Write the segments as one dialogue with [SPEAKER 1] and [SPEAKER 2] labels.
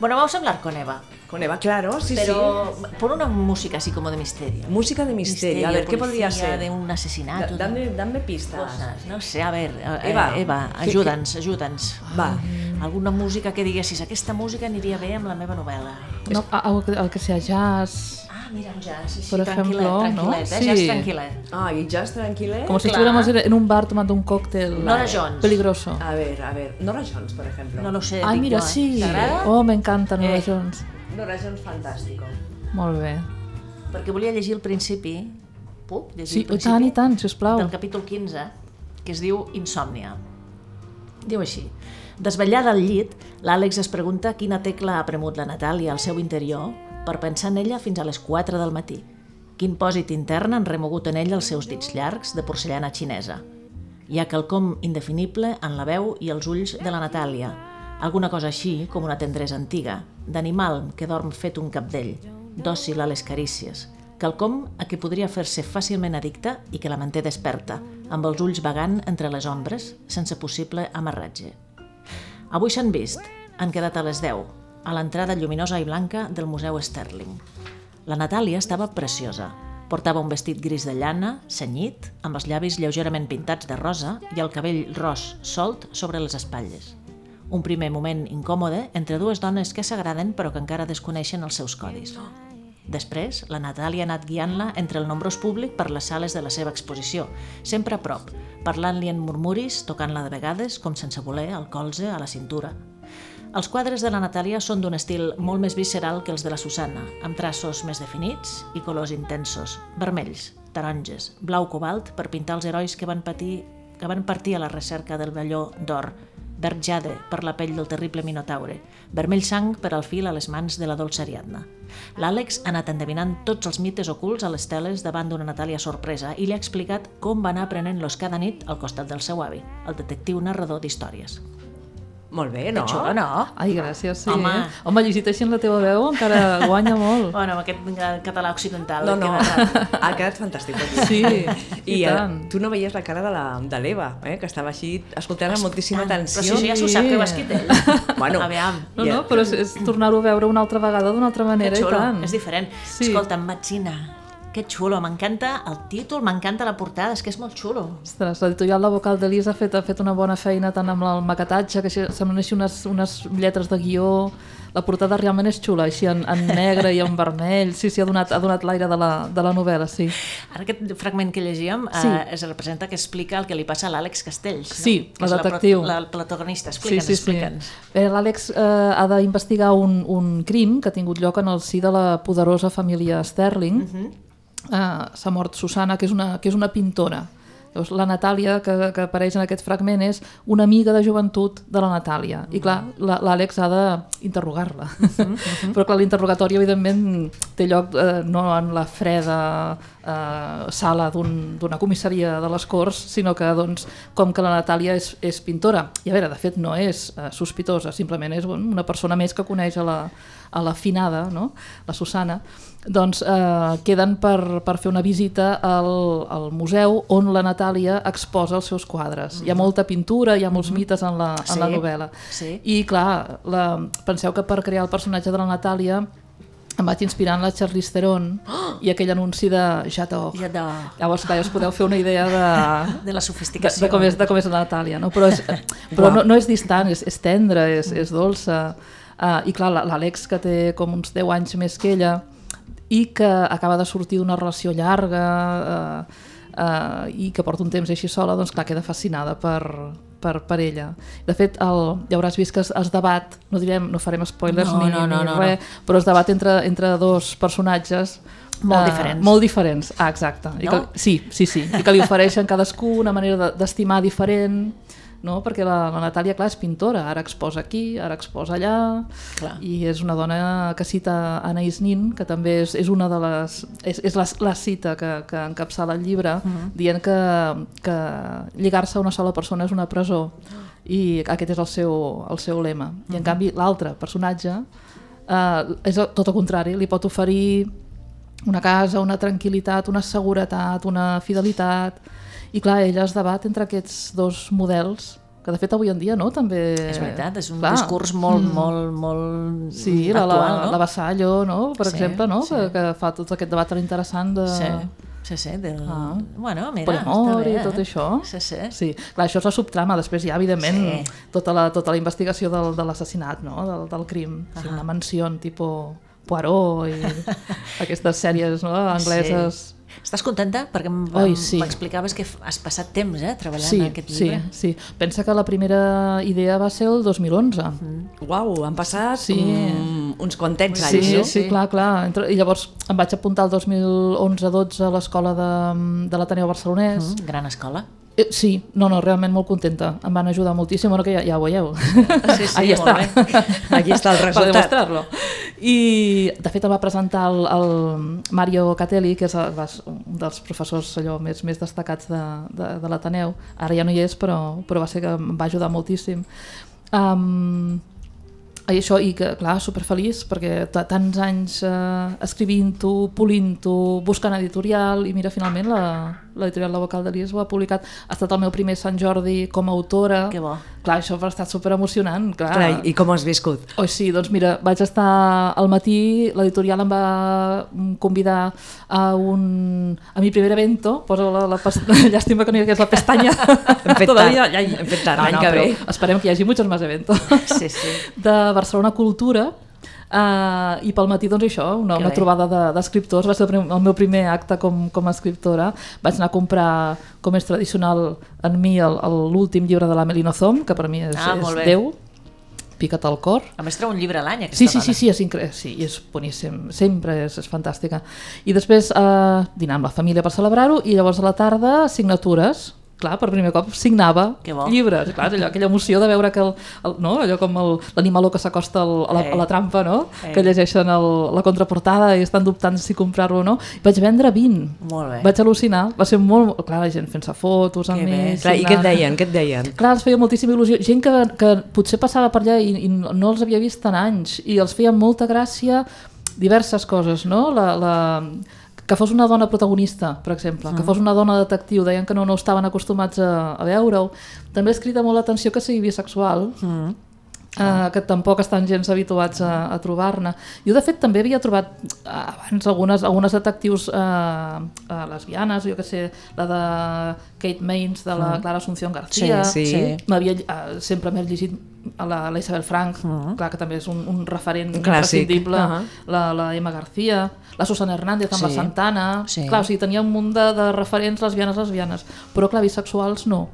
[SPEAKER 1] Bueno, vamos a hablar con Eva.
[SPEAKER 2] Con Eva, claro, sí,
[SPEAKER 1] pero por una música así como de misterio.
[SPEAKER 2] sí. Música de misterio. a ver, ¿qué podría
[SPEAKER 1] policía,
[SPEAKER 2] ser?
[SPEAKER 1] De un
[SPEAKER 2] Da-
[SPEAKER 1] asesinato. de
[SPEAKER 2] dame, dame pistas.
[SPEAKER 1] Coses, no sé, a veure, eh,
[SPEAKER 2] Eva.
[SPEAKER 1] Eva
[SPEAKER 2] Què-
[SPEAKER 1] ajuda'ns, ajuda'ns.
[SPEAKER 2] Va.
[SPEAKER 1] Alguna música que diguessis, aquesta música aniria bé amb la meva novel·la.
[SPEAKER 3] No, al, al que sea jazz.
[SPEAKER 1] Ah, mira, ja, sí, sí,
[SPEAKER 3] Por
[SPEAKER 1] tranquil·la,
[SPEAKER 3] ejemplo,
[SPEAKER 1] tranquil·let,
[SPEAKER 3] ¿no?
[SPEAKER 1] eh, ja és
[SPEAKER 3] Sí.
[SPEAKER 1] tranquil·let.
[SPEAKER 2] Ah, y jazz tranquila.
[SPEAKER 3] Como si
[SPEAKER 1] Claro.
[SPEAKER 3] estuviéramos en un bar tomando un cóctel.
[SPEAKER 1] Nora
[SPEAKER 3] eh,
[SPEAKER 1] Jones. Ah,
[SPEAKER 3] Peligroso.
[SPEAKER 2] A ver, a ver. Nora Jones, por ejemplo.
[SPEAKER 1] No lo sé,
[SPEAKER 3] Ai,
[SPEAKER 1] dic
[SPEAKER 3] mira,
[SPEAKER 1] jo, eh?
[SPEAKER 3] sí.
[SPEAKER 1] T'agrada?
[SPEAKER 3] Oh, m'encanta Nora
[SPEAKER 1] Eh.
[SPEAKER 3] Jones.
[SPEAKER 2] Nora Jones, fantástico.
[SPEAKER 3] Molt bé.
[SPEAKER 1] Perquè volia llegir el principi, puc llegir
[SPEAKER 3] Sí,
[SPEAKER 1] el
[SPEAKER 3] i
[SPEAKER 1] principi?
[SPEAKER 3] tant, i tant, sisplau.
[SPEAKER 1] del capítol 15, que es diu Insòmnia. Diu així. Desvetllada al llit, l'Àlex es pregunta quina tecla ha premut la Natàlia al seu interior per pensar en ella fins a les 4 del matí. Quin pòsit intern han remogut en ella els seus dits llargs de porcellana xinesa. Hi ha quelcom indefinible en la veu i els ulls de la Natàlia, alguna cosa així com una tendresa antiga, d'animal que dorm fet un capdell, dòcil a les carícies, quelcom a què podria fer-se fàcilment addicta i que la manté desperta, amb els ulls vagant entre les ombres, sense possible amarratge. Avui s'han vist, han quedat a les 10, a l'entrada lluminosa i blanca del Museu Sterling. La Natàlia estava preciosa. Portava un vestit gris de llana, cenyit, amb els llavis lleugerament pintats de rosa i el cabell ros, solt, sobre les espatlles. Un primer moment incòmode entre dues dones que s'agraden però que encara desconeixen els seus codis. Després, la Natàlia ha anat guiant-la entre el nombrós públic per les sales de la seva exposició, sempre a prop, parlant-li en murmuris, tocant-la de vegades, com sense voler, al colze, a la cintura. Els quadres de la Natàlia són d'un estil molt més visceral que els de la Susana, amb traços més definits i colors intensos, vermells, taronges, blau cobalt per pintar els herois que van patir que van partir a la recerca del velló d'or, verd jade per la pell del terrible minotaure, vermell sang per al fil a les mans de la dolça Ariadna. L'Àlex ha anat endevinant tots els mites ocults a les teles davant d'una Natàlia sorpresa i li ha explicat com va anar aprenent-los cada nit al costat del seu avi, el detectiu narrador d'històries.
[SPEAKER 2] Molt bé, no?
[SPEAKER 1] Xulo, no?
[SPEAKER 3] Ai, gràcies, sí.
[SPEAKER 1] Home.
[SPEAKER 3] eh? Home llegit així en la teva veu encara guanya molt.
[SPEAKER 1] Bueno, amb aquest eh, català occidental.
[SPEAKER 2] No, no,
[SPEAKER 1] que m'agrada.
[SPEAKER 2] ha quedat fantàstic.
[SPEAKER 3] Sí,
[SPEAKER 2] I,
[SPEAKER 3] i,
[SPEAKER 2] eh,
[SPEAKER 3] tant.
[SPEAKER 2] tu no veies la cara de la- de l'Eva, eh, que estava així escoltant amb moltíssima atenció.
[SPEAKER 1] Però si això ja s'ho sap, que ho ha escrit ell.
[SPEAKER 2] Bueno.
[SPEAKER 1] Aviam.
[SPEAKER 3] No,
[SPEAKER 2] Ja.
[SPEAKER 3] no, però és, és tornar-ho a veure una altra vegada d'una altra
[SPEAKER 1] Que
[SPEAKER 3] manera, i
[SPEAKER 1] xulo,
[SPEAKER 3] tant.
[SPEAKER 1] és diferent.
[SPEAKER 3] Sí.
[SPEAKER 1] Escolta, Matzina, que xulo, m'encanta el títol, m'encanta la portada, és que és molt xulo.
[SPEAKER 3] Ostres, l'editorial La Vocal de Lisa ha fet, ha fet una bona feina tant amb el maquetatge, que així semblen així unes, unes lletres de guió, la portada realment és xula, així en, en negre i en vermell, sí, sí, ha donat, ha donat l'aire de, la, de la novel·la, sí.
[SPEAKER 1] Ara aquest fragment que llegíem
[SPEAKER 3] Sí.
[SPEAKER 1] eh, es representa que explica el que li passa a l'Àlex Castells. no?
[SPEAKER 3] Sí,
[SPEAKER 1] Que
[SPEAKER 3] la
[SPEAKER 1] és pro-
[SPEAKER 3] detectiu.
[SPEAKER 1] La, protagonista, explica'ns, sí, sí, explica'ns.
[SPEAKER 3] Bé, L'Àlex eh, ha d'investigar un, un crim que ha tingut lloc en el si de la poderosa família Sterling.
[SPEAKER 1] Mhm.
[SPEAKER 3] eh, S'ha mort Susana, que és una, que és una pintora. Llavors, la Natàlia, que, que apareix en aquest fragment, és una amiga de joventut de la Natàlia. I clar,
[SPEAKER 1] Mhm.
[SPEAKER 3] la- l'Àlex ha d'interrogar-la. Però clar, l'interrogatori, evidentment, té lloc eh, no en la freda eh, sala d'un- d'una comissaria de les Corts, sinó que, doncs, com que la Natàlia és, és pintora, i a veure, de fet no és eh, sospitosa, simplement és un- una persona més que coneix a la, a la finada, no? la Susana, doncs eh, queden per, per fer una visita al, al museu on la Natàlia exposa els seus quadres. Hi ha molta pintura, hi ha molts mites en la, en la
[SPEAKER 1] Mm-hmm. Sí,
[SPEAKER 3] novel·la.
[SPEAKER 1] sí.
[SPEAKER 3] I clar, la, penseu que per crear el personatge de la Natàlia em vaig inspirar en la Charlize Theron i aquell anunci de J'adore.
[SPEAKER 1] Ja de,
[SPEAKER 3] Llavors, clar, ja us podeu fer una idea de,
[SPEAKER 1] de la
[SPEAKER 3] de,
[SPEAKER 1] sofisticació.
[SPEAKER 3] de, com és, de com és la Natàlia, no? però, és, però no, no és distant, és, és tendra, és, és dolça. Uh, I clar, la- l'Àlex, que té com uns 10 anys més que ella i que acaba de sortir d'una relació llarga uh, uh, i que porta un temps així sola, doncs clar, queda fascinada per, per, per ella. De fet, el, ja hauràs vist que es, es debat, no direm, no farem spoilers
[SPEAKER 1] No,
[SPEAKER 3] ni,
[SPEAKER 1] no, no,
[SPEAKER 3] ni
[SPEAKER 1] no, no.
[SPEAKER 3] res, però es debat entre, entre dos personatges
[SPEAKER 1] Molt
[SPEAKER 3] eh,
[SPEAKER 1] diferents.
[SPEAKER 3] Molt diferents, ah, exacte. I
[SPEAKER 1] No?
[SPEAKER 3] que, sí, sí, sí. I que li ofereixen cadascú una manera de- d'estimar diferent, no? perquè la, la Natàlia, clar, és pintora, ara exposa aquí, ara exposa allà,
[SPEAKER 1] Clar.
[SPEAKER 3] i és una dona que cita Anaïs Nin, que també és, és una de les... és, és la, la cita que, que encapçala el llibre,
[SPEAKER 1] Mhm.
[SPEAKER 3] dient que, que lligar-se a una sola persona és una presó, i aquest és el seu, el seu lema. I
[SPEAKER 1] Mhm.
[SPEAKER 3] en canvi l'altre personatge eh, és el- tot el contrari, li pot oferir una casa, una tranquil·litat, una seguretat, una fidelitat. I clar, ella es debat entre aquests dos models, que que de fet avui en dia no, també...
[SPEAKER 1] És veritat, és un Clar. discurs molt, mm. molt, molt
[SPEAKER 3] Sí,
[SPEAKER 1] actual,
[SPEAKER 3] la, la,
[SPEAKER 1] no?
[SPEAKER 3] la Vassallo, no? per
[SPEAKER 1] Sí,
[SPEAKER 3] sí, exemple, no?
[SPEAKER 1] sí.
[SPEAKER 3] Sí. Que, que fa tot aquest debat tan interessant de...
[SPEAKER 1] Sí, sí, sí del... Ah.
[SPEAKER 3] Ah.
[SPEAKER 1] Bueno, mira,
[SPEAKER 3] Poliamor
[SPEAKER 1] està bé,
[SPEAKER 3] i tot
[SPEAKER 1] eh?
[SPEAKER 3] això.
[SPEAKER 1] Sí, sí.
[SPEAKER 3] Sí, clar, això és la subtrama. Després hi ha, evidentment,
[SPEAKER 1] Sí.
[SPEAKER 3] sí. tota, la, tota la investigació del, de l'assassinat, no? del, del crim. Uh
[SPEAKER 1] Ahà.
[SPEAKER 3] -huh. Una mansió en tipus Poirot i aquestes sèries no? angleses.
[SPEAKER 1] Estàs contenta? Perquè em-
[SPEAKER 3] Oi,
[SPEAKER 1] em-
[SPEAKER 3] sí.
[SPEAKER 1] m'explicaves que f- has passat temps eh, treballant
[SPEAKER 3] Sí,
[SPEAKER 1] en aquest
[SPEAKER 3] sí,
[SPEAKER 1] llibre.
[SPEAKER 3] sí. Pensa que la primera idea va ser el 2011.
[SPEAKER 1] Mm,
[SPEAKER 2] Uau, han passat
[SPEAKER 3] Sí.
[SPEAKER 2] sí. un, uns quantets
[SPEAKER 3] Sí,
[SPEAKER 2] anys,
[SPEAKER 3] sí,
[SPEAKER 2] no?
[SPEAKER 3] sí, clar, clar. Entre... I llavors em vaig apuntar el 2011-12 a l'escola de, de l'Ateneu Barcelonès.
[SPEAKER 1] Mm, gran escola.
[SPEAKER 3] Eh, Sí, no, no, realment molt contenta. Em van ajudar moltíssim, bueno, que ja, ja ho veieu.
[SPEAKER 1] Sí, sí,
[SPEAKER 3] Ahí
[SPEAKER 1] molt
[SPEAKER 3] està.
[SPEAKER 2] bé. Aquí està el resultat.
[SPEAKER 3] Per demostrar-lo. I, de fet, el va presentar el, el Mario Catelli, que és el, va ser un dels professors allò més, més destacats de, de, de l'Ateneu. Ara ja no hi és, però, però va ser que em va ajudar moltíssim. Um, i això, i que, clar, superfeliç, perquè ta- tants anys eh, escrivint-ho, polint-ho, buscant editorial, i mira, finalment la- l'editorial La Vocal de Lis ho ha publicat. Ha estat el meu primer Sant Jordi com a autora.
[SPEAKER 1] Que bo.
[SPEAKER 3] Clar, això ha estat superemocionant, clar.
[SPEAKER 2] Clar, i com has viscut?
[SPEAKER 3] Oi, sí, doncs mira, vaig estar al matí, l'editorial em va mm, convidar a un... a mi primer evento, posa la, la pest... llàstima que no hi hagués la pestanya.
[SPEAKER 2] Hem fet
[SPEAKER 3] Todavía,
[SPEAKER 2] tard, ja, hem fet tard,
[SPEAKER 3] No,
[SPEAKER 2] l'any
[SPEAKER 3] no,
[SPEAKER 2] que
[SPEAKER 3] però
[SPEAKER 2] ve.
[SPEAKER 3] Esperem que hi hagi muchos más eventos.
[SPEAKER 1] Sí, sí.
[SPEAKER 3] De Barcelona Cultura, Uh, i pel matí doncs això, una,
[SPEAKER 1] Que
[SPEAKER 3] una
[SPEAKER 1] bé.
[SPEAKER 3] trobada de- d'escriptors, va ser el, prim, el meu primer acte com, com a escriptora vaig anar a comprar, com és tradicional en mi, el- el- l'últim llibre de la Melinozom, que per mi és,
[SPEAKER 1] Ah, molt
[SPEAKER 3] és
[SPEAKER 1] bé.
[SPEAKER 3] Déu pica't al cor
[SPEAKER 1] A més, treu un llibre a l'any, aquesta
[SPEAKER 3] Sí, sí,
[SPEAKER 1] dona.
[SPEAKER 3] sí, sí, és incre... sí, és boníssim, sempre és, és fantàstica. I després eh, dinar amb la família per celebrar-ho i llavors a la tarda signatures, clar, per primer cop signava
[SPEAKER 1] Que bo.
[SPEAKER 3] llibres, clar, allò, aquella emoció de veure que el, el, no? allò com el- l'animaló que s'acosta al- a, la,
[SPEAKER 1] Ei.
[SPEAKER 3] a la trampa, no?
[SPEAKER 1] Ei.
[SPEAKER 3] que llegeixen el, la contraportada i estan dubtant si comprar-lo o no. Vaig vendre 20.
[SPEAKER 1] Molt bé.
[SPEAKER 3] Vaig al·lucinar, va ser molt... Clar, la gent fent-se fotos
[SPEAKER 1] Que
[SPEAKER 3] amb
[SPEAKER 1] bé.
[SPEAKER 3] mi.
[SPEAKER 2] Eh, Clar, I què et
[SPEAKER 3] signant.
[SPEAKER 2] deien? Què et deien?
[SPEAKER 3] Clar, els feia moltíssima il·lusió. Gent que, que potser passava per allà i, i no els havia vist en anys i els feia molta gràcia diverses coses, no? La, la, que fos una dona protagonista, per exemple, que fos una dona detectiu, deien que no, no estaven acostumats a, a veure-ho. També es crida molt l'atenció que sigui bisexual, mm. eh, que tampoc estan gens habituats a, a trobar-ne. Jo, de fet, també havia trobat eh, abans algunes, algunes detectius eh, eh, lesbianes, jo que sé, la de Kate Mains, de la Clara Asunción García,
[SPEAKER 2] Sí, sí. Sí.
[SPEAKER 3] M'havia, eh, sempre m'he llegit a la, la Isabel Frank, clar, que també és un, un referent
[SPEAKER 2] Un clàssic.
[SPEAKER 3] imprescindible,
[SPEAKER 2] Ahà.
[SPEAKER 3] la, la Emma García, la Susana Hernández amb
[SPEAKER 1] Sí.
[SPEAKER 3] la Santana,
[SPEAKER 1] Sí.
[SPEAKER 3] clar, o sigui, tenia un munt de, de referents lesbianes, lesbianes, però clar, bisexuals no.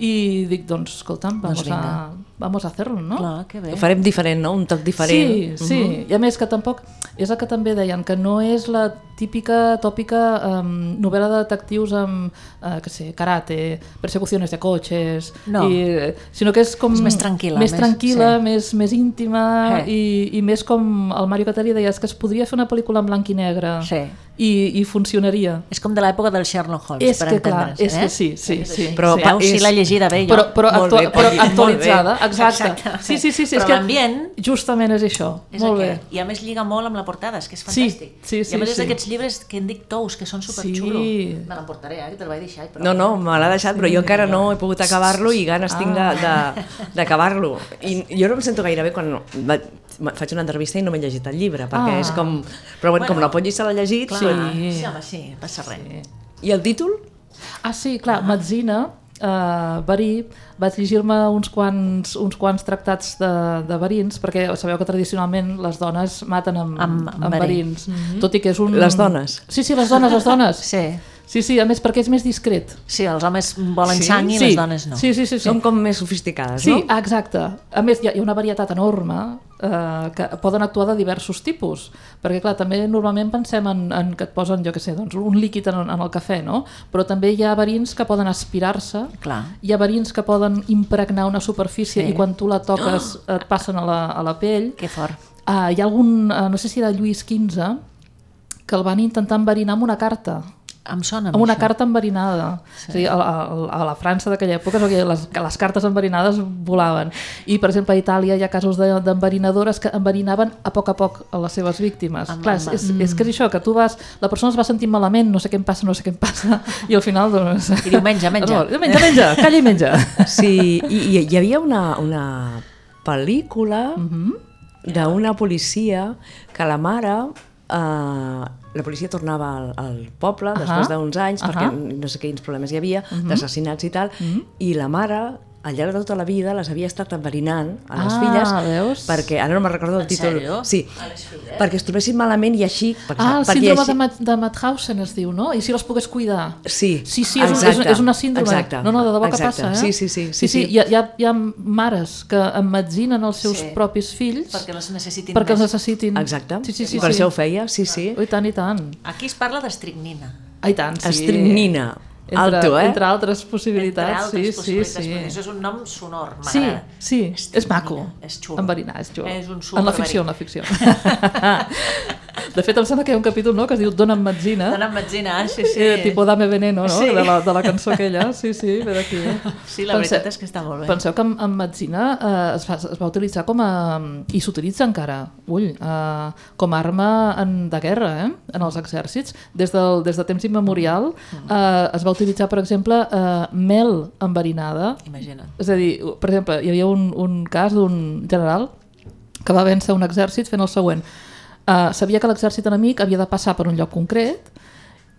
[SPEAKER 3] I dic, doncs, escolta'm, vamos,
[SPEAKER 1] Doncs vinga.
[SPEAKER 3] a, vamos a hacerlo, no?
[SPEAKER 1] Clar, que bé.
[SPEAKER 2] Ho farem diferent, no? Un toc diferent.
[SPEAKER 3] Eh? Sí, sí. I a més que tampoc... És el que també deien, que no és la típica, tòpica um, novel·la de detectius amb, uh, que sé, karate, persecuciones de cotxes...
[SPEAKER 1] No.
[SPEAKER 3] I, sinó que és com...
[SPEAKER 1] És més tranquil·la,
[SPEAKER 3] Més
[SPEAKER 1] més-
[SPEAKER 3] tranquil·la,
[SPEAKER 1] sí.
[SPEAKER 3] més, més íntima
[SPEAKER 1] Eh.
[SPEAKER 3] i, i més com el Mario Catari deia, és que es podria fer una pel·lícula en blanc i negre
[SPEAKER 1] Sí.
[SPEAKER 3] i, i funcionaria.
[SPEAKER 1] És com de l'època del Sherlock Holmes,
[SPEAKER 3] és
[SPEAKER 1] per
[SPEAKER 3] que clar,
[SPEAKER 1] entendre's.
[SPEAKER 3] és
[SPEAKER 1] eh?
[SPEAKER 3] que sí, sí, sí.
[SPEAKER 2] Però
[SPEAKER 1] Pau, si
[SPEAKER 2] és-
[SPEAKER 1] l'ha llegida bé, jo.
[SPEAKER 3] Però, però,
[SPEAKER 2] Molt
[SPEAKER 3] actua
[SPEAKER 2] bé, Paulina,
[SPEAKER 3] però
[SPEAKER 2] molt bé.
[SPEAKER 3] actualitzada, exacte.
[SPEAKER 1] Exactament.
[SPEAKER 3] Sí, sí, sí, sí
[SPEAKER 1] Però
[SPEAKER 3] és que
[SPEAKER 1] l'ambient-
[SPEAKER 3] Justament és això.
[SPEAKER 1] És
[SPEAKER 3] molt
[SPEAKER 1] aquest.
[SPEAKER 3] bé.
[SPEAKER 1] I a més lliga molt amb la portada, és que és
[SPEAKER 3] Sí,
[SPEAKER 1] fantàstic.
[SPEAKER 3] sí, sí,
[SPEAKER 1] I a més és
[SPEAKER 3] sí.
[SPEAKER 1] d'aquests llibres que en dic tous, que són superxulos.
[SPEAKER 3] Sí.
[SPEAKER 1] Me l'emportaré, eh, que te'l vaig deixar. Però...
[SPEAKER 2] No, no, me l'ha deixat, però jo encara no he pogut acabar-lo i ganes tinc de-
[SPEAKER 3] Ah.
[SPEAKER 2] de- d'acabar-lo. I jo no em sento gaire bé quan va- ma- faig una entrevista i no m'he llegit el llibre, perquè
[SPEAKER 3] Ah.
[SPEAKER 2] és com... Però bueno, com
[SPEAKER 1] Bueno.
[SPEAKER 2] la Polly se l'ha llegit...
[SPEAKER 1] Clar,
[SPEAKER 2] Sí.
[SPEAKER 1] sí. sí, home, sí, passa res. Sí.
[SPEAKER 2] I el títol?
[SPEAKER 3] Ah, sí, clar, Metzina, eh, Verí, vaig llegir-me uns quants, uns quants tractats de, de verins, perquè sabeu que tradicionalment les dones maten amb,
[SPEAKER 1] Amb- amb
[SPEAKER 3] amb,
[SPEAKER 1] verí. Mhm.
[SPEAKER 3] amb, verins, mm -hmm. tot i que és un...
[SPEAKER 2] Les dones?
[SPEAKER 3] Sí, sí, les dones, les dones.
[SPEAKER 1] Sí.
[SPEAKER 3] Sí, sí, a més perquè és més discret.
[SPEAKER 1] Sí, els homes volen
[SPEAKER 2] Sí?
[SPEAKER 1] sang i
[SPEAKER 3] sí.
[SPEAKER 1] les dones no.
[SPEAKER 3] Sí, sí, sí. sí.
[SPEAKER 2] Són com més sofisticades,
[SPEAKER 3] Sí,
[SPEAKER 2] no?
[SPEAKER 3] ah, exacte. A més, hi ha, hi ha una varietat enorme eh, que poden actuar de diversos tipus. Perquè, clar, també normalment pensem en, en que et posen, jo què sé, doncs, un líquid en, en el cafè, no? Però també hi ha verins que poden aspirar-se,
[SPEAKER 1] Clar.
[SPEAKER 3] hi ha verins que poden impregnar una superfície sí. i quan tu la toques et passen a la, a la pell.
[SPEAKER 1] Que fort.
[SPEAKER 3] Ah, hi ha algun, eh, no sé si era Lluís XV, que el van intentar enverinar amb una carta.
[SPEAKER 1] Em sona
[SPEAKER 3] Amb una
[SPEAKER 1] això.
[SPEAKER 3] carta enverinada. Sí. És a, dir, a, a, a la França d'aquella època és el que les, que les cartes enverinades volaven. I, per exemple, a Itàlia hi ha casos de- d'enverinadores que enverinaven a poc a poc a les seves víctimes.
[SPEAKER 1] Amb- Mm.
[SPEAKER 3] Clar, és,
[SPEAKER 1] amb-
[SPEAKER 3] és, és que és això, que tu vas... La persona es va sentir malament, no sé què em passa, no sé què em passa, i al final, doncs...
[SPEAKER 1] I diu, menja, menja.
[SPEAKER 3] No, menja, menja, calla i menja.
[SPEAKER 2] Sí, i, i hi havia una, una pel·lícula mm
[SPEAKER 3] Mhm.
[SPEAKER 2] -hmm. d'una policia que la mare... Eh, la policia tornava al, al poble uh -huh. després
[SPEAKER 3] Ahà,
[SPEAKER 2] d'uns anys, uh -huh.
[SPEAKER 3] ahà. Mhm.
[SPEAKER 2] perquè no sé quins problemes hi havia, uh -huh. d'assassinats i tal, uh -huh. i la mare al llarg de tota la vida les havia estat enverinant a les
[SPEAKER 3] Ah,
[SPEAKER 2] filles
[SPEAKER 3] veus?
[SPEAKER 2] perquè, ara no me'n recordo el
[SPEAKER 1] En
[SPEAKER 2] títol
[SPEAKER 1] sèrio?
[SPEAKER 2] sí, perquè es trobessin malament i així perquè,
[SPEAKER 3] Ah, el
[SPEAKER 2] perquè
[SPEAKER 3] síndrome
[SPEAKER 2] així,
[SPEAKER 3] de, Mat de Mauthausen es diu, no? I si les pogués cuidar.
[SPEAKER 2] Sí,
[SPEAKER 3] Sí, sí, és, un, és,
[SPEAKER 2] exacte,
[SPEAKER 3] un- és una síndrome.
[SPEAKER 2] exacte,
[SPEAKER 3] no, no, de debò que
[SPEAKER 2] exacte.
[SPEAKER 3] passa, eh?
[SPEAKER 2] Sí, sí, sí,
[SPEAKER 3] sí,
[SPEAKER 2] sí,
[SPEAKER 3] sí.
[SPEAKER 2] sí.
[SPEAKER 3] Hi, ha, hi, ha, hi ha mares que emmenzinen els seus
[SPEAKER 1] Sí.
[SPEAKER 3] propis fills
[SPEAKER 1] Perquè les necessitin
[SPEAKER 3] perquè
[SPEAKER 1] més.
[SPEAKER 3] els necessitin.
[SPEAKER 2] exacte,
[SPEAKER 3] Sí, sí, sí.
[SPEAKER 2] per
[SPEAKER 3] sí.
[SPEAKER 2] això ho feia sí, Ah, sí,
[SPEAKER 3] Oh, I tant, i tant.
[SPEAKER 1] Aquí es parla d'estricnina.
[SPEAKER 3] Ah, i tant, sí.
[SPEAKER 2] estrinina
[SPEAKER 3] Entre,
[SPEAKER 2] alto, eh?
[SPEAKER 3] Entre altres
[SPEAKER 1] Entre
[SPEAKER 3] possibilitats,
[SPEAKER 1] altres
[SPEAKER 3] sí,
[SPEAKER 1] possibilitats,
[SPEAKER 3] sí,
[SPEAKER 1] perquè Això
[SPEAKER 3] sí.
[SPEAKER 1] és un nom sonor,
[SPEAKER 3] Sí,
[SPEAKER 1] m'agrada.
[SPEAKER 3] sí, és
[SPEAKER 1] Estricnina,
[SPEAKER 3] maco.
[SPEAKER 1] És xulo.
[SPEAKER 3] Enverinar, és xulo.
[SPEAKER 1] És un
[SPEAKER 3] en la ficció, en la ficció. de fet, em sembla que hi ha un capítol, no?, que es diu Dona Metzina.
[SPEAKER 1] Dona metzina, sí, sí.
[SPEAKER 3] Sí. Tipo Dame Veneno, no?
[SPEAKER 1] Sí.
[SPEAKER 3] Sí. Eh, De, la, de la cançó aquella. Sí, sí, ve d'aquí. eh?
[SPEAKER 1] Sí, la veritat és que està molt bé.
[SPEAKER 3] Penseu que en, en medicina eh, es, va, es va utilitzar com a... i s'utilitza encara, ull, eh, com a arma en, de guerra, eh? En els exèrcits. Des, del, des de temps immemorial
[SPEAKER 1] Mm.
[SPEAKER 3] eh, es va utilitzar, per exemple, eh, mel enverinada
[SPEAKER 1] Imagina't.
[SPEAKER 3] és a dir, per exemple, hi havia un, un cas d'un general que va vèncer un exèrcit fent el següent. Uh, sabia que l'exèrcit enemic havia de passar per un lloc concret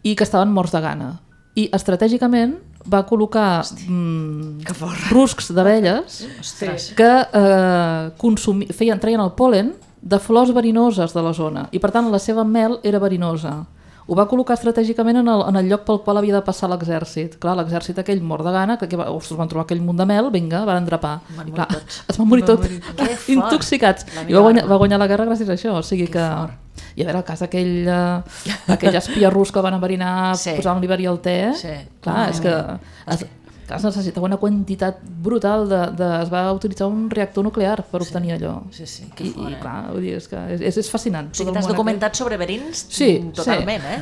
[SPEAKER 3] i que estaven morts de gana. I estratègicament va col·locar mm,
[SPEAKER 2] que fort
[SPEAKER 3] ruscs d'abelles
[SPEAKER 1] Ostres.
[SPEAKER 3] que eh, consumi... feien, treien el polen de flors verinoses de la zona i per tant la seva mel era verinosa ho va col·locar estratègicament en el, en el lloc pel qual havia de passar l'exèrcit clar, l'exèrcit aquell mort de gana que, que va, ostres, van trobar aquell munt de mel, vinga, van endrapar
[SPEAKER 1] Van
[SPEAKER 3] I
[SPEAKER 1] morir
[SPEAKER 3] clar,
[SPEAKER 1] tots.
[SPEAKER 3] es van morir tot
[SPEAKER 1] Que fort.
[SPEAKER 3] intoxicats
[SPEAKER 1] La
[SPEAKER 3] i va
[SPEAKER 1] meva
[SPEAKER 3] guanyar,
[SPEAKER 1] arma.
[SPEAKER 3] va guanyar la guerra gràcies a això o sigui que,
[SPEAKER 1] fort.
[SPEAKER 3] i a veure el cas d'aquell eh, aquell espia rus que el van enverinar
[SPEAKER 1] Sí.
[SPEAKER 3] sí. posant-li verí al té
[SPEAKER 1] Sí.
[SPEAKER 3] clar, és que es, que es necessitava una quantitat brutal de, de, es va utilitzar un reactor nuclear per obtenir allò
[SPEAKER 1] Sí, sí, que
[SPEAKER 3] I,
[SPEAKER 1] fort,
[SPEAKER 3] i
[SPEAKER 1] eh?
[SPEAKER 3] clar, vull dir, és, que és, és- és
[SPEAKER 1] O
[SPEAKER 3] fascinant
[SPEAKER 1] sigui,
[SPEAKER 3] tot el
[SPEAKER 1] t'has
[SPEAKER 3] món aquest.
[SPEAKER 1] documentat sobre verins
[SPEAKER 3] Sí,
[SPEAKER 1] mm,
[SPEAKER 3] sí.
[SPEAKER 1] totalment, eh?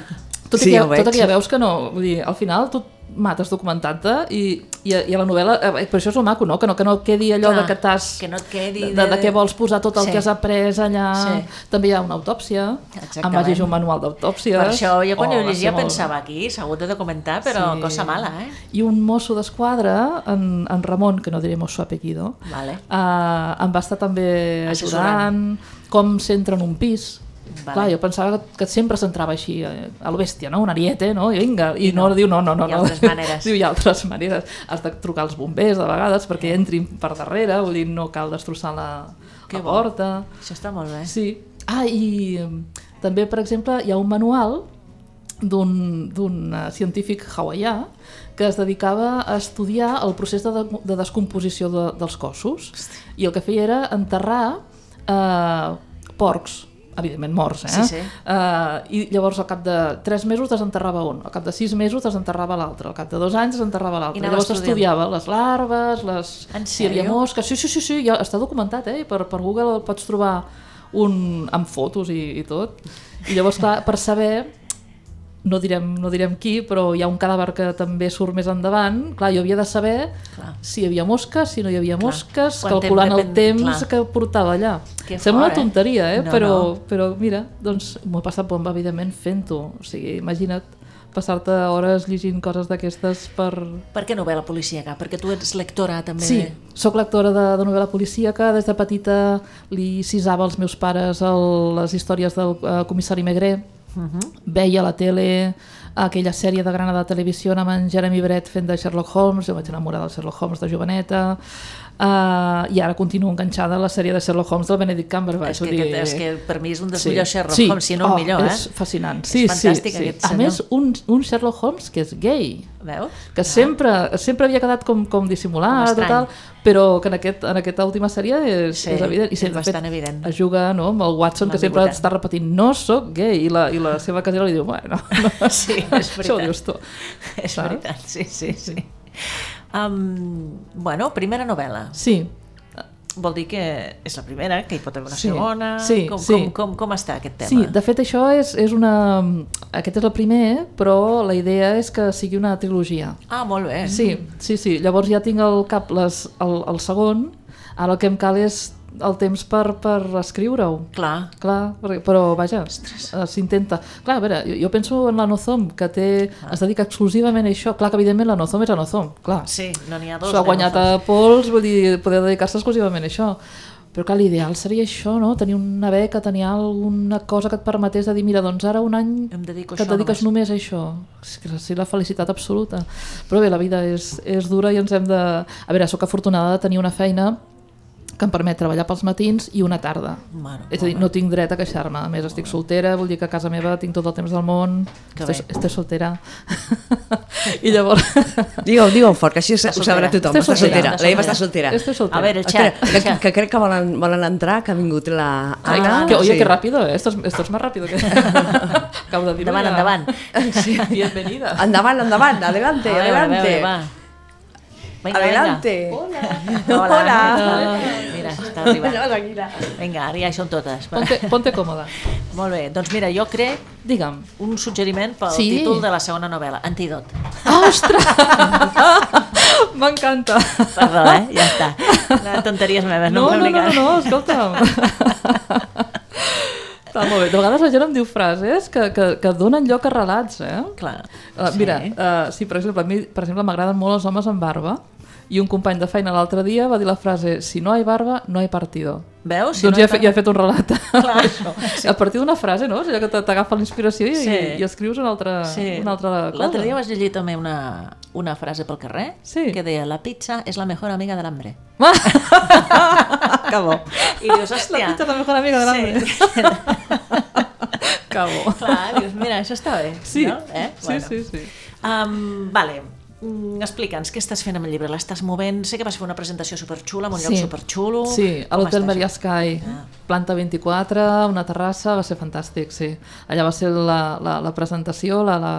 [SPEAKER 3] tot,
[SPEAKER 2] Sí,
[SPEAKER 3] i que,
[SPEAKER 2] ho veig.
[SPEAKER 3] tot i que ja veus que no vull dir, al final tu mates documentant-te i, i, a, i a la novel·la eh, per això és el maco, no? Que, no, que no quedi allò
[SPEAKER 1] Clar,
[SPEAKER 3] de que t'has
[SPEAKER 1] que no et quedi
[SPEAKER 3] de, de,
[SPEAKER 1] de-
[SPEAKER 3] de què vols posar tot el
[SPEAKER 1] Sí.
[SPEAKER 3] que has après allà
[SPEAKER 1] Sí.
[SPEAKER 3] també hi ha una autòpsia em
[SPEAKER 1] Exactament.
[SPEAKER 3] vaig llegir un manual d'autòpsies
[SPEAKER 1] Per això, jo quan
[SPEAKER 3] Oh,
[SPEAKER 1] ho
[SPEAKER 3] va
[SPEAKER 1] llegia
[SPEAKER 3] ser molt-
[SPEAKER 1] pensava aquí, s'ha hagut de documentar, però
[SPEAKER 3] Sí.
[SPEAKER 1] cosa mala, eh?
[SPEAKER 3] i un mosso d'esquadra, en, en Ramon, que no diremos su apellido,
[SPEAKER 1] Vale.
[SPEAKER 3] eh, em va estar també
[SPEAKER 1] Assessorant.
[SPEAKER 3] ajudant, com s'entra en un pis.
[SPEAKER 1] Vale.
[SPEAKER 3] Vale. Clar, jo pensava que, que sempre s'entrava així, eh, a lo bèstia, no? Un ariete, no? I vinga, i, no, diu no, no, no.
[SPEAKER 1] Hi ha
[SPEAKER 3] no.
[SPEAKER 1] altres maneres.
[SPEAKER 3] diu hi ha altres maneres. Has de trucar als bombers de vegades perquè entrin per darrere, vull dir, no cal destrossar la,
[SPEAKER 1] Que
[SPEAKER 3] la
[SPEAKER 1] bo.
[SPEAKER 3] porta.
[SPEAKER 1] Això està molt bé.
[SPEAKER 3] Sí. Ah, i em, també, per exemple, hi ha un manual d'un d'un, eh, científic hawaià que es dedicava a estudiar el procés de, de, de descomposició de, dels cossos i el que feia era enterrar eh, porcs evidentment morts, eh?
[SPEAKER 1] Sí, sí.
[SPEAKER 3] Eh, I llavors al cap de 3 mesos desenterrava un, al cap de 6 mesos desenterrava l'altre, al cap de 2 anys desenterrava
[SPEAKER 1] I
[SPEAKER 3] l'altre.
[SPEAKER 1] anava
[SPEAKER 3] Llavors
[SPEAKER 1] estudiant.
[SPEAKER 3] estudiava les larves, les...
[SPEAKER 1] En
[SPEAKER 3] si hi havia
[SPEAKER 1] sèrio?
[SPEAKER 3] mosques, sí, sí, sí, sí, ja està documentat, eh? Per, per Google el pots trobar un, amb fotos i, i tot. I llavors, clar, per saber, no direm, no direm qui, però hi ha un cadàver que també surt més endavant, clar, jo havia de saber
[SPEAKER 1] Clar.
[SPEAKER 3] si hi havia mosques, si no hi havia
[SPEAKER 1] Clar.
[SPEAKER 3] mosques,
[SPEAKER 1] Quan
[SPEAKER 3] calculant
[SPEAKER 1] temps
[SPEAKER 3] el
[SPEAKER 1] depèn-
[SPEAKER 3] temps
[SPEAKER 1] clar.
[SPEAKER 3] que portava allà.
[SPEAKER 1] Que
[SPEAKER 3] Sembla
[SPEAKER 1] fort, eh?
[SPEAKER 3] una tonteria, eh?
[SPEAKER 1] No,
[SPEAKER 3] però,
[SPEAKER 1] no.
[SPEAKER 3] però mira, doncs m'ho he passat bomba, evidentment, fent-ho. O sigui, imagina't passar-te hores llegint coses d'aquestes per,
[SPEAKER 1] Per què novel·la policíaca? Perquè tu ets lectora també.
[SPEAKER 3] Sí, sóc lectora de, de novel·la policíaca. Des de petita li cisava als meus pares el, les històries del uh, comissari Maigret. Uh -huh.
[SPEAKER 1] Mhm.
[SPEAKER 3] Veia a la tele aquella sèrie de Granada Televisió amb en Jeremy Brett fent de Sherlock Holmes. Jo vaig enamorar del Sherlock Holmes de joveneta. Uh, I ara continuo enganxada a la sèrie de Sherlock Holmes del Benedict Cumberbatch.
[SPEAKER 1] És que,
[SPEAKER 3] vull dir-
[SPEAKER 1] aquest, és que per mi és un dels millors Sherlock Holmes, si no el
[SPEAKER 3] oh,
[SPEAKER 1] millor, eh?
[SPEAKER 3] És fascinant.
[SPEAKER 1] És
[SPEAKER 3] Sí,
[SPEAKER 1] fantàstic,
[SPEAKER 3] sí, sí.
[SPEAKER 1] aquest
[SPEAKER 3] A
[SPEAKER 1] senyor.
[SPEAKER 3] més, un, un Sherlock Holmes que és gay
[SPEAKER 1] Veus?
[SPEAKER 3] que sempre, sempre havia quedat com, com dissimulat
[SPEAKER 1] Com
[SPEAKER 3] com tal, però que en, aquest, en aquesta última sèrie és,
[SPEAKER 1] Sí,
[SPEAKER 3] és evident.
[SPEAKER 1] és
[SPEAKER 3] sempre, de
[SPEAKER 1] bastant evident.
[SPEAKER 3] Es juga no, amb el Watson,
[SPEAKER 1] Amb el
[SPEAKER 3] que sempre
[SPEAKER 1] diputat.
[SPEAKER 3] està repetint no sóc gay, i la, i la seva casera li diu bueno, no,
[SPEAKER 1] Sí, és
[SPEAKER 3] això ho
[SPEAKER 1] veritat.
[SPEAKER 3] dius tu.
[SPEAKER 1] És
[SPEAKER 3] Saps?
[SPEAKER 1] veritat, sí, sí, sí. Um, bueno, primera novel·la.
[SPEAKER 3] Sí,
[SPEAKER 1] vol dir que és la primera, que hi pot haver una
[SPEAKER 3] Sí,
[SPEAKER 1] segona...
[SPEAKER 3] sí,
[SPEAKER 1] com,
[SPEAKER 3] sí.
[SPEAKER 1] Com, com, com està aquest tema?
[SPEAKER 3] Sí, de fet això és, és una... Aquest és el primer, però la idea és que sigui una trilogia.
[SPEAKER 1] Ah, molt bé.
[SPEAKER 3] Sí, sí, sí. Llavors ja tinc al cap les, el, el segon, ara el que em cal és el temps per, per escriure-ho.
[SPEAKER 1] Clar.
[SPEAKER 3] Clar, perquè- però vaja, eh, s'intenta. Clar, a veure, jo, jo penso en la Nozom, que té,
[SPEAKER 1] Ah.
[SPEAKER 3] es dedica exclusivament a això. Clar que evidentment la Nozom és la Nozom, clar.
[SPEAKER 1] Sí, no n'hi ha dos.
[SPEAKER 3] S'ho ha guanyat a pols, vull dir, poder dedicar-se exclusivament a això. Però clar, l'ideal seria això, no? Tenir una beca, tenir alguna cosa que et permetés de dir, mira, doncs ara un any
[SPEAKER 1] Em dedico a
[SPEAKER 3] que et
[SPEAKER 1] això
[SPEAKER 3] dediques només. només a això. És que sí, la felicitat absoluta. Però bé, la vida és, és dura i ens hem de... A veure, sóc afortunada de tenir una feina que em permet treballar pels matins i una tarda.
[SPEAKER 1] Bueno,
[SPEAKER 3] és a dir, no tinc dret a queixar-me. A més, estic soltera, vull dir que a casa meva tinc tot el temps del món.
[SPEAKER 1] Que
[SPEAKER 3] Estic,
[SPEAKER 1] bé.
[SPEAKER 3] estic soltera. I llavors...
[SPEAKER 2] Digue-ho digue fort, que així ho
[SPEAKER 1] soltera.
[SPEAKER 2] sabrà tothom.
[SPEAKER 3] Esteu
[SPEAKER 2] Està soltera.
[SPEAKER 3] soltera.
[SPEAKER 2] La Eva està soltera.
[SPEAKER 3] Estoy soltera.
[SPEAKER 1] A veure, el
[SPEAKER 2] Espera,
[SPEAKER 1] xat.
[SPEAKER 2] que, que crec que volen, volen entrar, que ha vingut la
[SPEAKER 3] Ai,
[SPEAKER 2] Anna.
[SPEAKER 3] Ah, que, oye,
[SPEAKER 2] Sí.
[SPEAKER 3] qué rápido, eh? esto, es, esto es más rápido que... Acabo de dir-ho
[SPEAKER 1] Endavant,
[SPEAKER 3] ja.
[SPEAKER 1] endavant.
[SPEAKER 3] Sí. Bienvenida.
[SPEAKER 2] Endavant, endavant, adelante,
[SPEAKER 1] A veure, a
[SPEAKER 2] adelante.
[SPEAKER 1] veure, va. Vinga,
[SPEAKER 2] adelante.
[SPEAKER 1] Vinga. Hola.
[SPEAKER 2] Hola.
[SPEAKER 1] Mira, està arribant.
[SPEAKER 2] tranquil·la.
[SPEAKER 1] Vinga, ara ja hi són totes. Va.
[SPEAKER 3] Ponte, ponte còmoda.
[SPEAKER 1] Molt bé, doncs mira, jo crec
[SPEAKER 3] Digue'm.
[SPEAKER 1] un suggeriment pel
[SPEAKER 3] Sí.
[SPEAKER 1] títol de la segona novel·la, Antídot.
[SPEAKER 3] Ah, ostres! M'encanta.
[SPEAKER 1] Perdó, eh? Ja està. No, tonteries meves, no,
[SPEAKER 3] No,
[SPEAKER 1] em
[SPEAKER 3] no, no, no,
[SPEAKER 1] obligar.
[SPEAKER 3] no, escolta'm. Està molt bé. De vegades la gent em diu frases que, que, que donen lloc a relats, eh?
[SPEAKER 1] Clar.
[SPEAKER 3] Uh, mira, uh, sí, per exemple, a mi per exemple m'agraden molt els homes amb barba i un company de feina l'altre dia va dir la frase si no hay barba, no hay partido.
[SPEAKER 1] Veus?
[SPEAKER 3] Si doncs
[SPEAKER 1] no
[SPEAKER 3] ja, he fe- ja he fet un relat.
[SPEAKER 1] Clar.
[SPEAKER 3] Això. A partir d'una frase, no? És allò que t'a- t'agafa la inspiració i,
[SPEAKER 1] Sí.
[SPEAKER 3] i escrius una altra,
[SPEAKER 1] Sí.
[SPEAKER 3] una altra cosa.
[SPEAKER 1] L'altre dia vaig llegir també una, una frase pel carrer
[SPEAKER 3] Sí.
[SPEAKER 1] que deia la pizza és la mejor amiga de l'hambre.
[SPEAKER 3] Ah,
[SPEAKER 1] Que bo. I dius, hòstia...
[SPEAKER 3] la pizza és la mejor amiga eh? de l'hambre.
[SPEAKER 1] Sí.
[SPEAKER 3] Que bo.
[SPEAKER 1] Clar, dius, mira, això està bé.
[SPEAKER 3] Sí,
[SPEAKER 1] No? Eh?
[SPEAKER 3] sí, sí, sí.
[SPEAKER 1] Um, vale. Mm, Explica'ns, què estàs fent amb el llibre? L'estàs movent? Sé que vas fer una presentació superxula, amb un lloc superxulo.
[SPEAKER 3] Sí, a
[SPEAKER 1] Com Ah.
[SPEAKER 3] l'Hotel
[SPEAKER 1] estàs?
[SPEAKER 3] Maria Sky, planta 24, una terrassa, va ser fantàstic, sí. Allà va ser la, la, la presentació, la, la...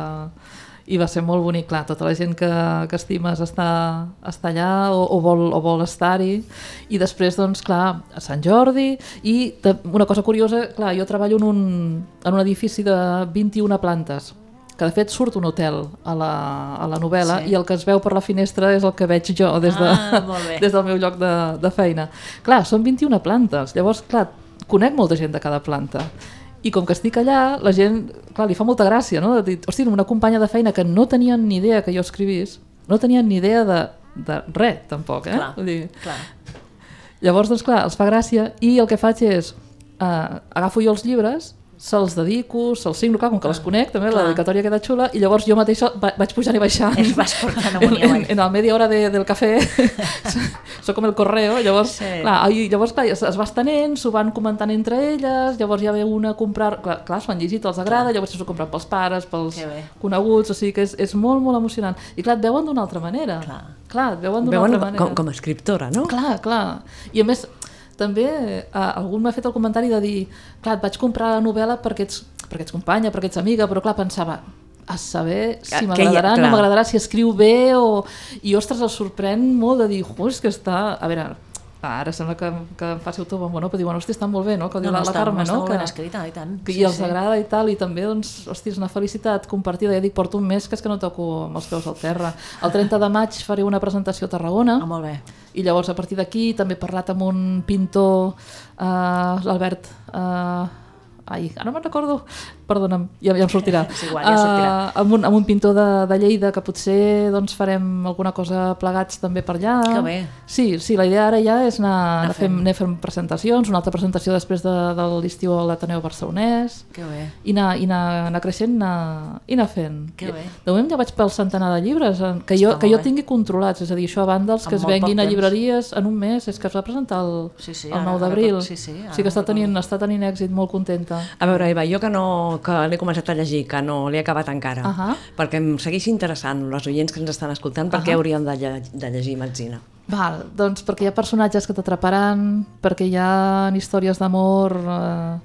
[SPEAKER 3] i va ser molt bonic, clar, tota la gent que, que estimes està, està allà o, o vol, o vol estar-hi. I després, doncs, clar, a Sant Jordi, i ta- una cosa curiosa, clar, jo treballo en un, en un edifici de 21 plantes, que de fet surt un hotel a la, a la novel·la
[SPEAKER 1] Sí.
[SPEAKER 3] sí. i el que es veu per la finestra és el que veig jo des, de,
[SPEAKER 1] Ah, molt bé.
[SPEAKER 3] des del meu lloc de, de feina. Clar, són 21 plantes, llavors, clar, conec molta gent de cada planta. I com que estic allà, la gent, clar, li fa molta gràcia, no? De dir, hosti, una companya de feina que no tenien ni idea que jo escrivís, no tenien ni idea de, de res, tampoc, eh?
[SPEAKER 1] Clar,
[SPEAKER 3] Vull dir,
[SPEAKER 1] clar.
[SPEAKER 3] Llavors, doncs clar, els fa gràcia i el que faig és eh, agafo jo els llibres, se'ls dedico, se'ls signo, clar, com que les conec, també la
[SPEAKER 1] clar.
[SPEAKER 3] dedicatòria queda xula, i llavors jo mateixa va, vaig pujant i baixant.
[SPEAKER 1] Els vas portant amunt i
[SPEAKER 3] en, en,
[SPEAKER 1] avall.
[SPEAKER 3] en la media hora de, del cafè, sóc com el correo, llavors,
[SPEAKER 1] Sí.
[SPEAKER 3] sí. clar, i llavors clar, es, es va estenent, s'ho van comentant entre elles, llavors ja ve una a comprar, clar, clar s'ho han llegit, els agrada, llavors s'ho compren pels pares, pels
[SPEAKER 1] Que bé.
[SPEAKER 3] coneguts, o sigui que és, és molt, molt emocionant. I clar, et veuen d'una altra manera.
[SPEAKER 1] Clar.
[SPEAKER 3] clar et veuen d'una
[SPEAKER 2] Veuen
[SPEAKER 3] altra manera.
[SPEAKER 2] com, com a escriptora, no?
[SPEAKER 3] Clar, clar. I a més, també eh, algú m'ha fet el comentari de dir clar, et vaig comprar la novel·la perquè ets, perquè ets companya, perquè ets amiga, però clar, pensava a saber
[SPEAKER 2] Que-
[SPEAKER 3] si
[SPEAKER 2] que hi ha-
[SPEAKER 3] m'agradarà, no
[SPEAKER 2] clar.
[SPEAKER 3] m'agradarà, si escriu bé o... I ostres, el sorprèn molt de dir, "Jo, és que està... A veure, ara sembla que, que em faci autobombo, no? però diuen, hòstia, està molt bé, no? Que ho diu
[SPEAKER 1] No, no,
[SPEAKER 3] la, la
[SPEAKER 1] està,
[SPEAKER 3] Carme,
[SPEAKER 1] està
[SPEAKER 3] no?
[SPEAKER 1] molt
[SPEAKER 3] Que,
[SPEAKER 1] ben escrita, i tant.
[SPEAKER 3] que, I els agrada i tal, i també, doncs, hòstia, és una felicitat compartida. Ja dic, porto un mes que és que no toco amb els peus al terra. El 30 de maig faré una presentació a Tarragona.
[SPEAKER 1] Ah, molt bé.
[SPEAKER 3] I llavors a partir d'aquí també he parlat amb un pintor, eh, l'Albert... Eh, ai, ara me'n recordo. Perdona'm, ja, ja em sortirà.
[SPEAKER 1] És igual, ja sortirà.
[SPEAKER 3] Eh, amb, un, amb un pintor de, de Lleida que potser doncs, farem alguna cosa plegats també per allà.
[SPEAKER 1] Que bé.
[SPEAKER 3] Sí, sí, la idea ara ja és anar, anar,
[SPEAKER 1] fent.
[SPEAKER 3] fent, anar fent presentacions, una altra presentació després de, de l'estiu a l'Ateneu Barcelonès
[SPEAKER 1] Que bé.
[SPEAKER 3] i anar, i anar, anar creixent anar, i anar fent.
[SPEAKER 1] Que bé.
[SPEAKER 3] De moment ja vaig pel centenar de llibres en- que jo,
[SPEAKER 1] Està
[SPEAKER 3] que
[SPEAKER 1] molt
[SPEAKER 3] jo
[SPEAKER 1] bé.
[SPEAKER 3] tingui controlats, és a dir, això a banda dels
[SPEAKER 1] Amb
[SPEAKER 3] que es
[SPEAKER 1] molt poc
[SPEAKER 3] venguin a
[SPEAKER 1] temps.
[SPEAKER 3] llibreries en un mes, és que es va presentar el,
[SPEAKER 1] Sí, sí,
[SPEAKER 3] el
[SPEAKER 1] ara-
[SPEAKER 3] 9
[SPEAKER 1] ara
[SPEAKER 3] d'abril.
[SPEAKER 1] tot- sí, sí, ara
[SPEAKER 3] sí que està
[SPEAKER 1] me'n
[SPEAKER 3] tenint, està tenint èxit, molt contenta.
[SPEAKER 2] A veure, Eva, jo que no que l'he començat a llegir, que no l'he acabat encara,
[SPEAKER 3] Ahà.
[SPEAKER 2] perquè em segueix interessant, les oients que ens estan escoltant, per què haurien de, lle de llegir Metzina?
[SPEAKER 3] Val, doncs perquè hi ha personatges que t'atraparan, perquè hi ha històries d'amor eh,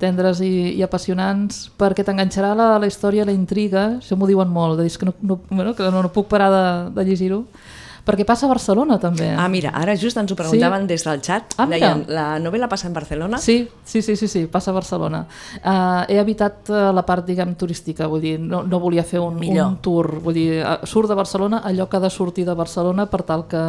[SPEAKER 3] tendres i, i apassionants, perquè t'enganxarà la, la història, la intriga, això m'ho diuen molt, de dir, "És que no, no, bueno, que no, no puc parar de, de llegir-ho, perquè passa a Barcelona també.
[SPEAKER 2] Ah, mira, ara just ens ho preguntaven sí. des del xat.
[SPEAKER 3] Ah, mira.
[SPEAKER 2] Deien, la novel·la passa en Barcelona?
[SPEAKER 3] Sí, sí, sí, sí, sí passa a Barcelona. Uh, he evitat uh, la part, diguem, turística, vull dir, no, no volia fer un,
[SPEAKER 1] Millor.
[SPEAKER 3] un tour, vull dir, uh, surt de Barcelona allò que ha de sortir de Barcelona per tal que,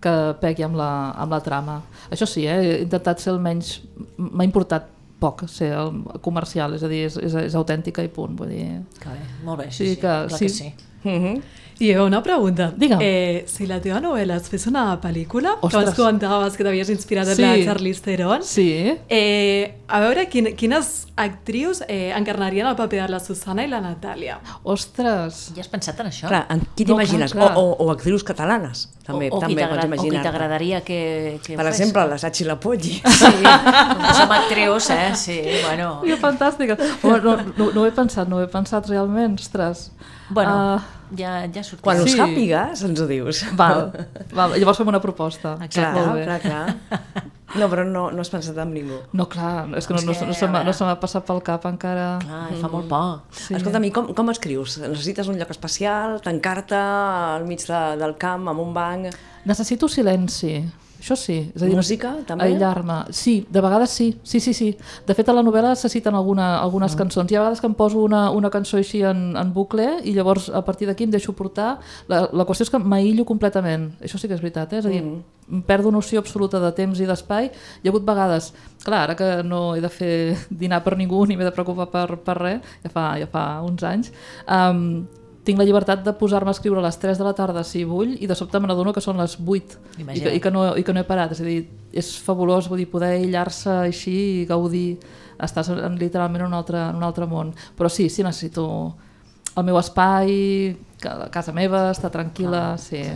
[SPEAKER 3] que pegui amb la, amb la trama. Això sí, eh, he intentat ser el menys... M'ha importat poc ser el comercial, és a dir, és, és, és autèntica i punt, vull dir...
[SPEAKER 1] Que bé, molt bé,
[SPEAKER 3] Sí
[SPEAKER 1] sí, sí, sí
[SPEAKER 3] que
[SPEAKER 1] clar
[SPEAKER 3] sí.
[SPEAKER 1] que sí.
[SPEAKER 2] Mhm.
[SPEAKER 4] Y eh, una pregunta.
[SPEAKER 3] Digue'm.
[SPEAKER 4] Eh, si la teva novel·la es fes una pel·lícula, Ostres. que
[SPEAKER 3] Ostres.
[SPEAKER 4] abans comentaves que t'havies inspirat en
[SPEAKER 3] Sí.
[SPEAKER 4] la Charlize Theron,
[SPEAKER 3] Sí,
[SPEAKER 4] eh, a veure quin, quines actrius eh, encarnarien el paper de la Susana i la Natàlia.
[SPEAKER 3] ostres...
[SPEAKER 1] Ja has pensat en això?
[SPEAKER 2] Clar, en qui
[SPEAKER 3] No, clar,
[SPEAKER 2] t'imagines?
[SPEAKER 3] clar.
[SPEAKER 2] O, o, o actrius catalanes, també,
[SPEAKER 1] o, o, qui
[SPEAKER 2] també
[SPEAKER 1] t'agrada-
[SPEAKER 2] pots
[SPEAKER 1] o qui
[SPEAKER 2] imaginar.
[SPEAKER 1] t'agradaria que, que
[SPEAKER 2] Per
[SPEAKER 1] ho fes?
[SPEAKER 2] exemple, la Sachi Lapolli.
[SPEAKER 1] Sí, com som actrius, eh? Sí, bueno...
[SPEAKER 3] Que fantàstica. Home, no, no, no ho he pensat, no ho he pensat realment, ostres.
[SPEAKER 1] Bueno,
[SPEAKER 3] Ah,
[SPEAKER 1] ja, ja sortirà.
[SPEAKER 2] Quan ho
[SPEAKER 3] Sí.
[SPEAKER 2] sàpigues, ens ho dius.
[SPEAKER 3] Val, val, llavors fem una proposta.
[SPEAKER 2] Clar,
[SPEAKER 3] Molt bé.
[SPEAKER 2] clar, clar. No, però no, no has pensat en ningú.
[SPEAKER 3] No, clar, és que no, no, no,
[SPEAKER 1] És que,
[SPEAKER 3] se m'ha-
[SPEAKER 1] a
[SPEAKER 3] no
[SPEAKER 1] veure.
[SPEAKER 3] se m'ha passat pel cap encara.
[SPEAKER 1] Clar, Ah, fa molt poc.
[SPEAKER 2] Sí. Escolta, mi, com, com escrius? Necessites un lloc especial, tancar-te al mig de, del camp, amb un banc...
[SPEAKER 3] Necessito silenci, això sí. És a dir,
[SPEAKER 2] Música, també?
[SPEAKER 3] Aïllar-me. Sí, de vegades sí. Sí, sí, sí. De fet, a la novel·la se citen alguna, algunes cançons. Hi ha vegades que em poso una, una cançó així en, en bucle i llavors a partir d'aquí em deixo portar. La, la qüestió és que m'aïllo completament. Això sí que és veritat, eh? És a dir, em perdo noció absoluta de temps i d'espai. Hi ha hagut vegades, clar, ara que no he de fer dinar per ningú ni m'he de preocupar per, per res, ja fa, ja fa uns anys, um, tinc la llibertat de posar-me a escriure a les 3 de la tarda si vull i de sobte me n'adono que són les 8 i que,
[SPEAKER 1] Imagina't.
[SPEAKER 3] i, que no, i que no he parat és a dir, és fabulós vull dir, poder aïllar-se així i gaudir estàs en, literalment en un, altre, en un altre món però sí, sí necessito el meu espai ca- la casa meva, estar tranquil·la sí.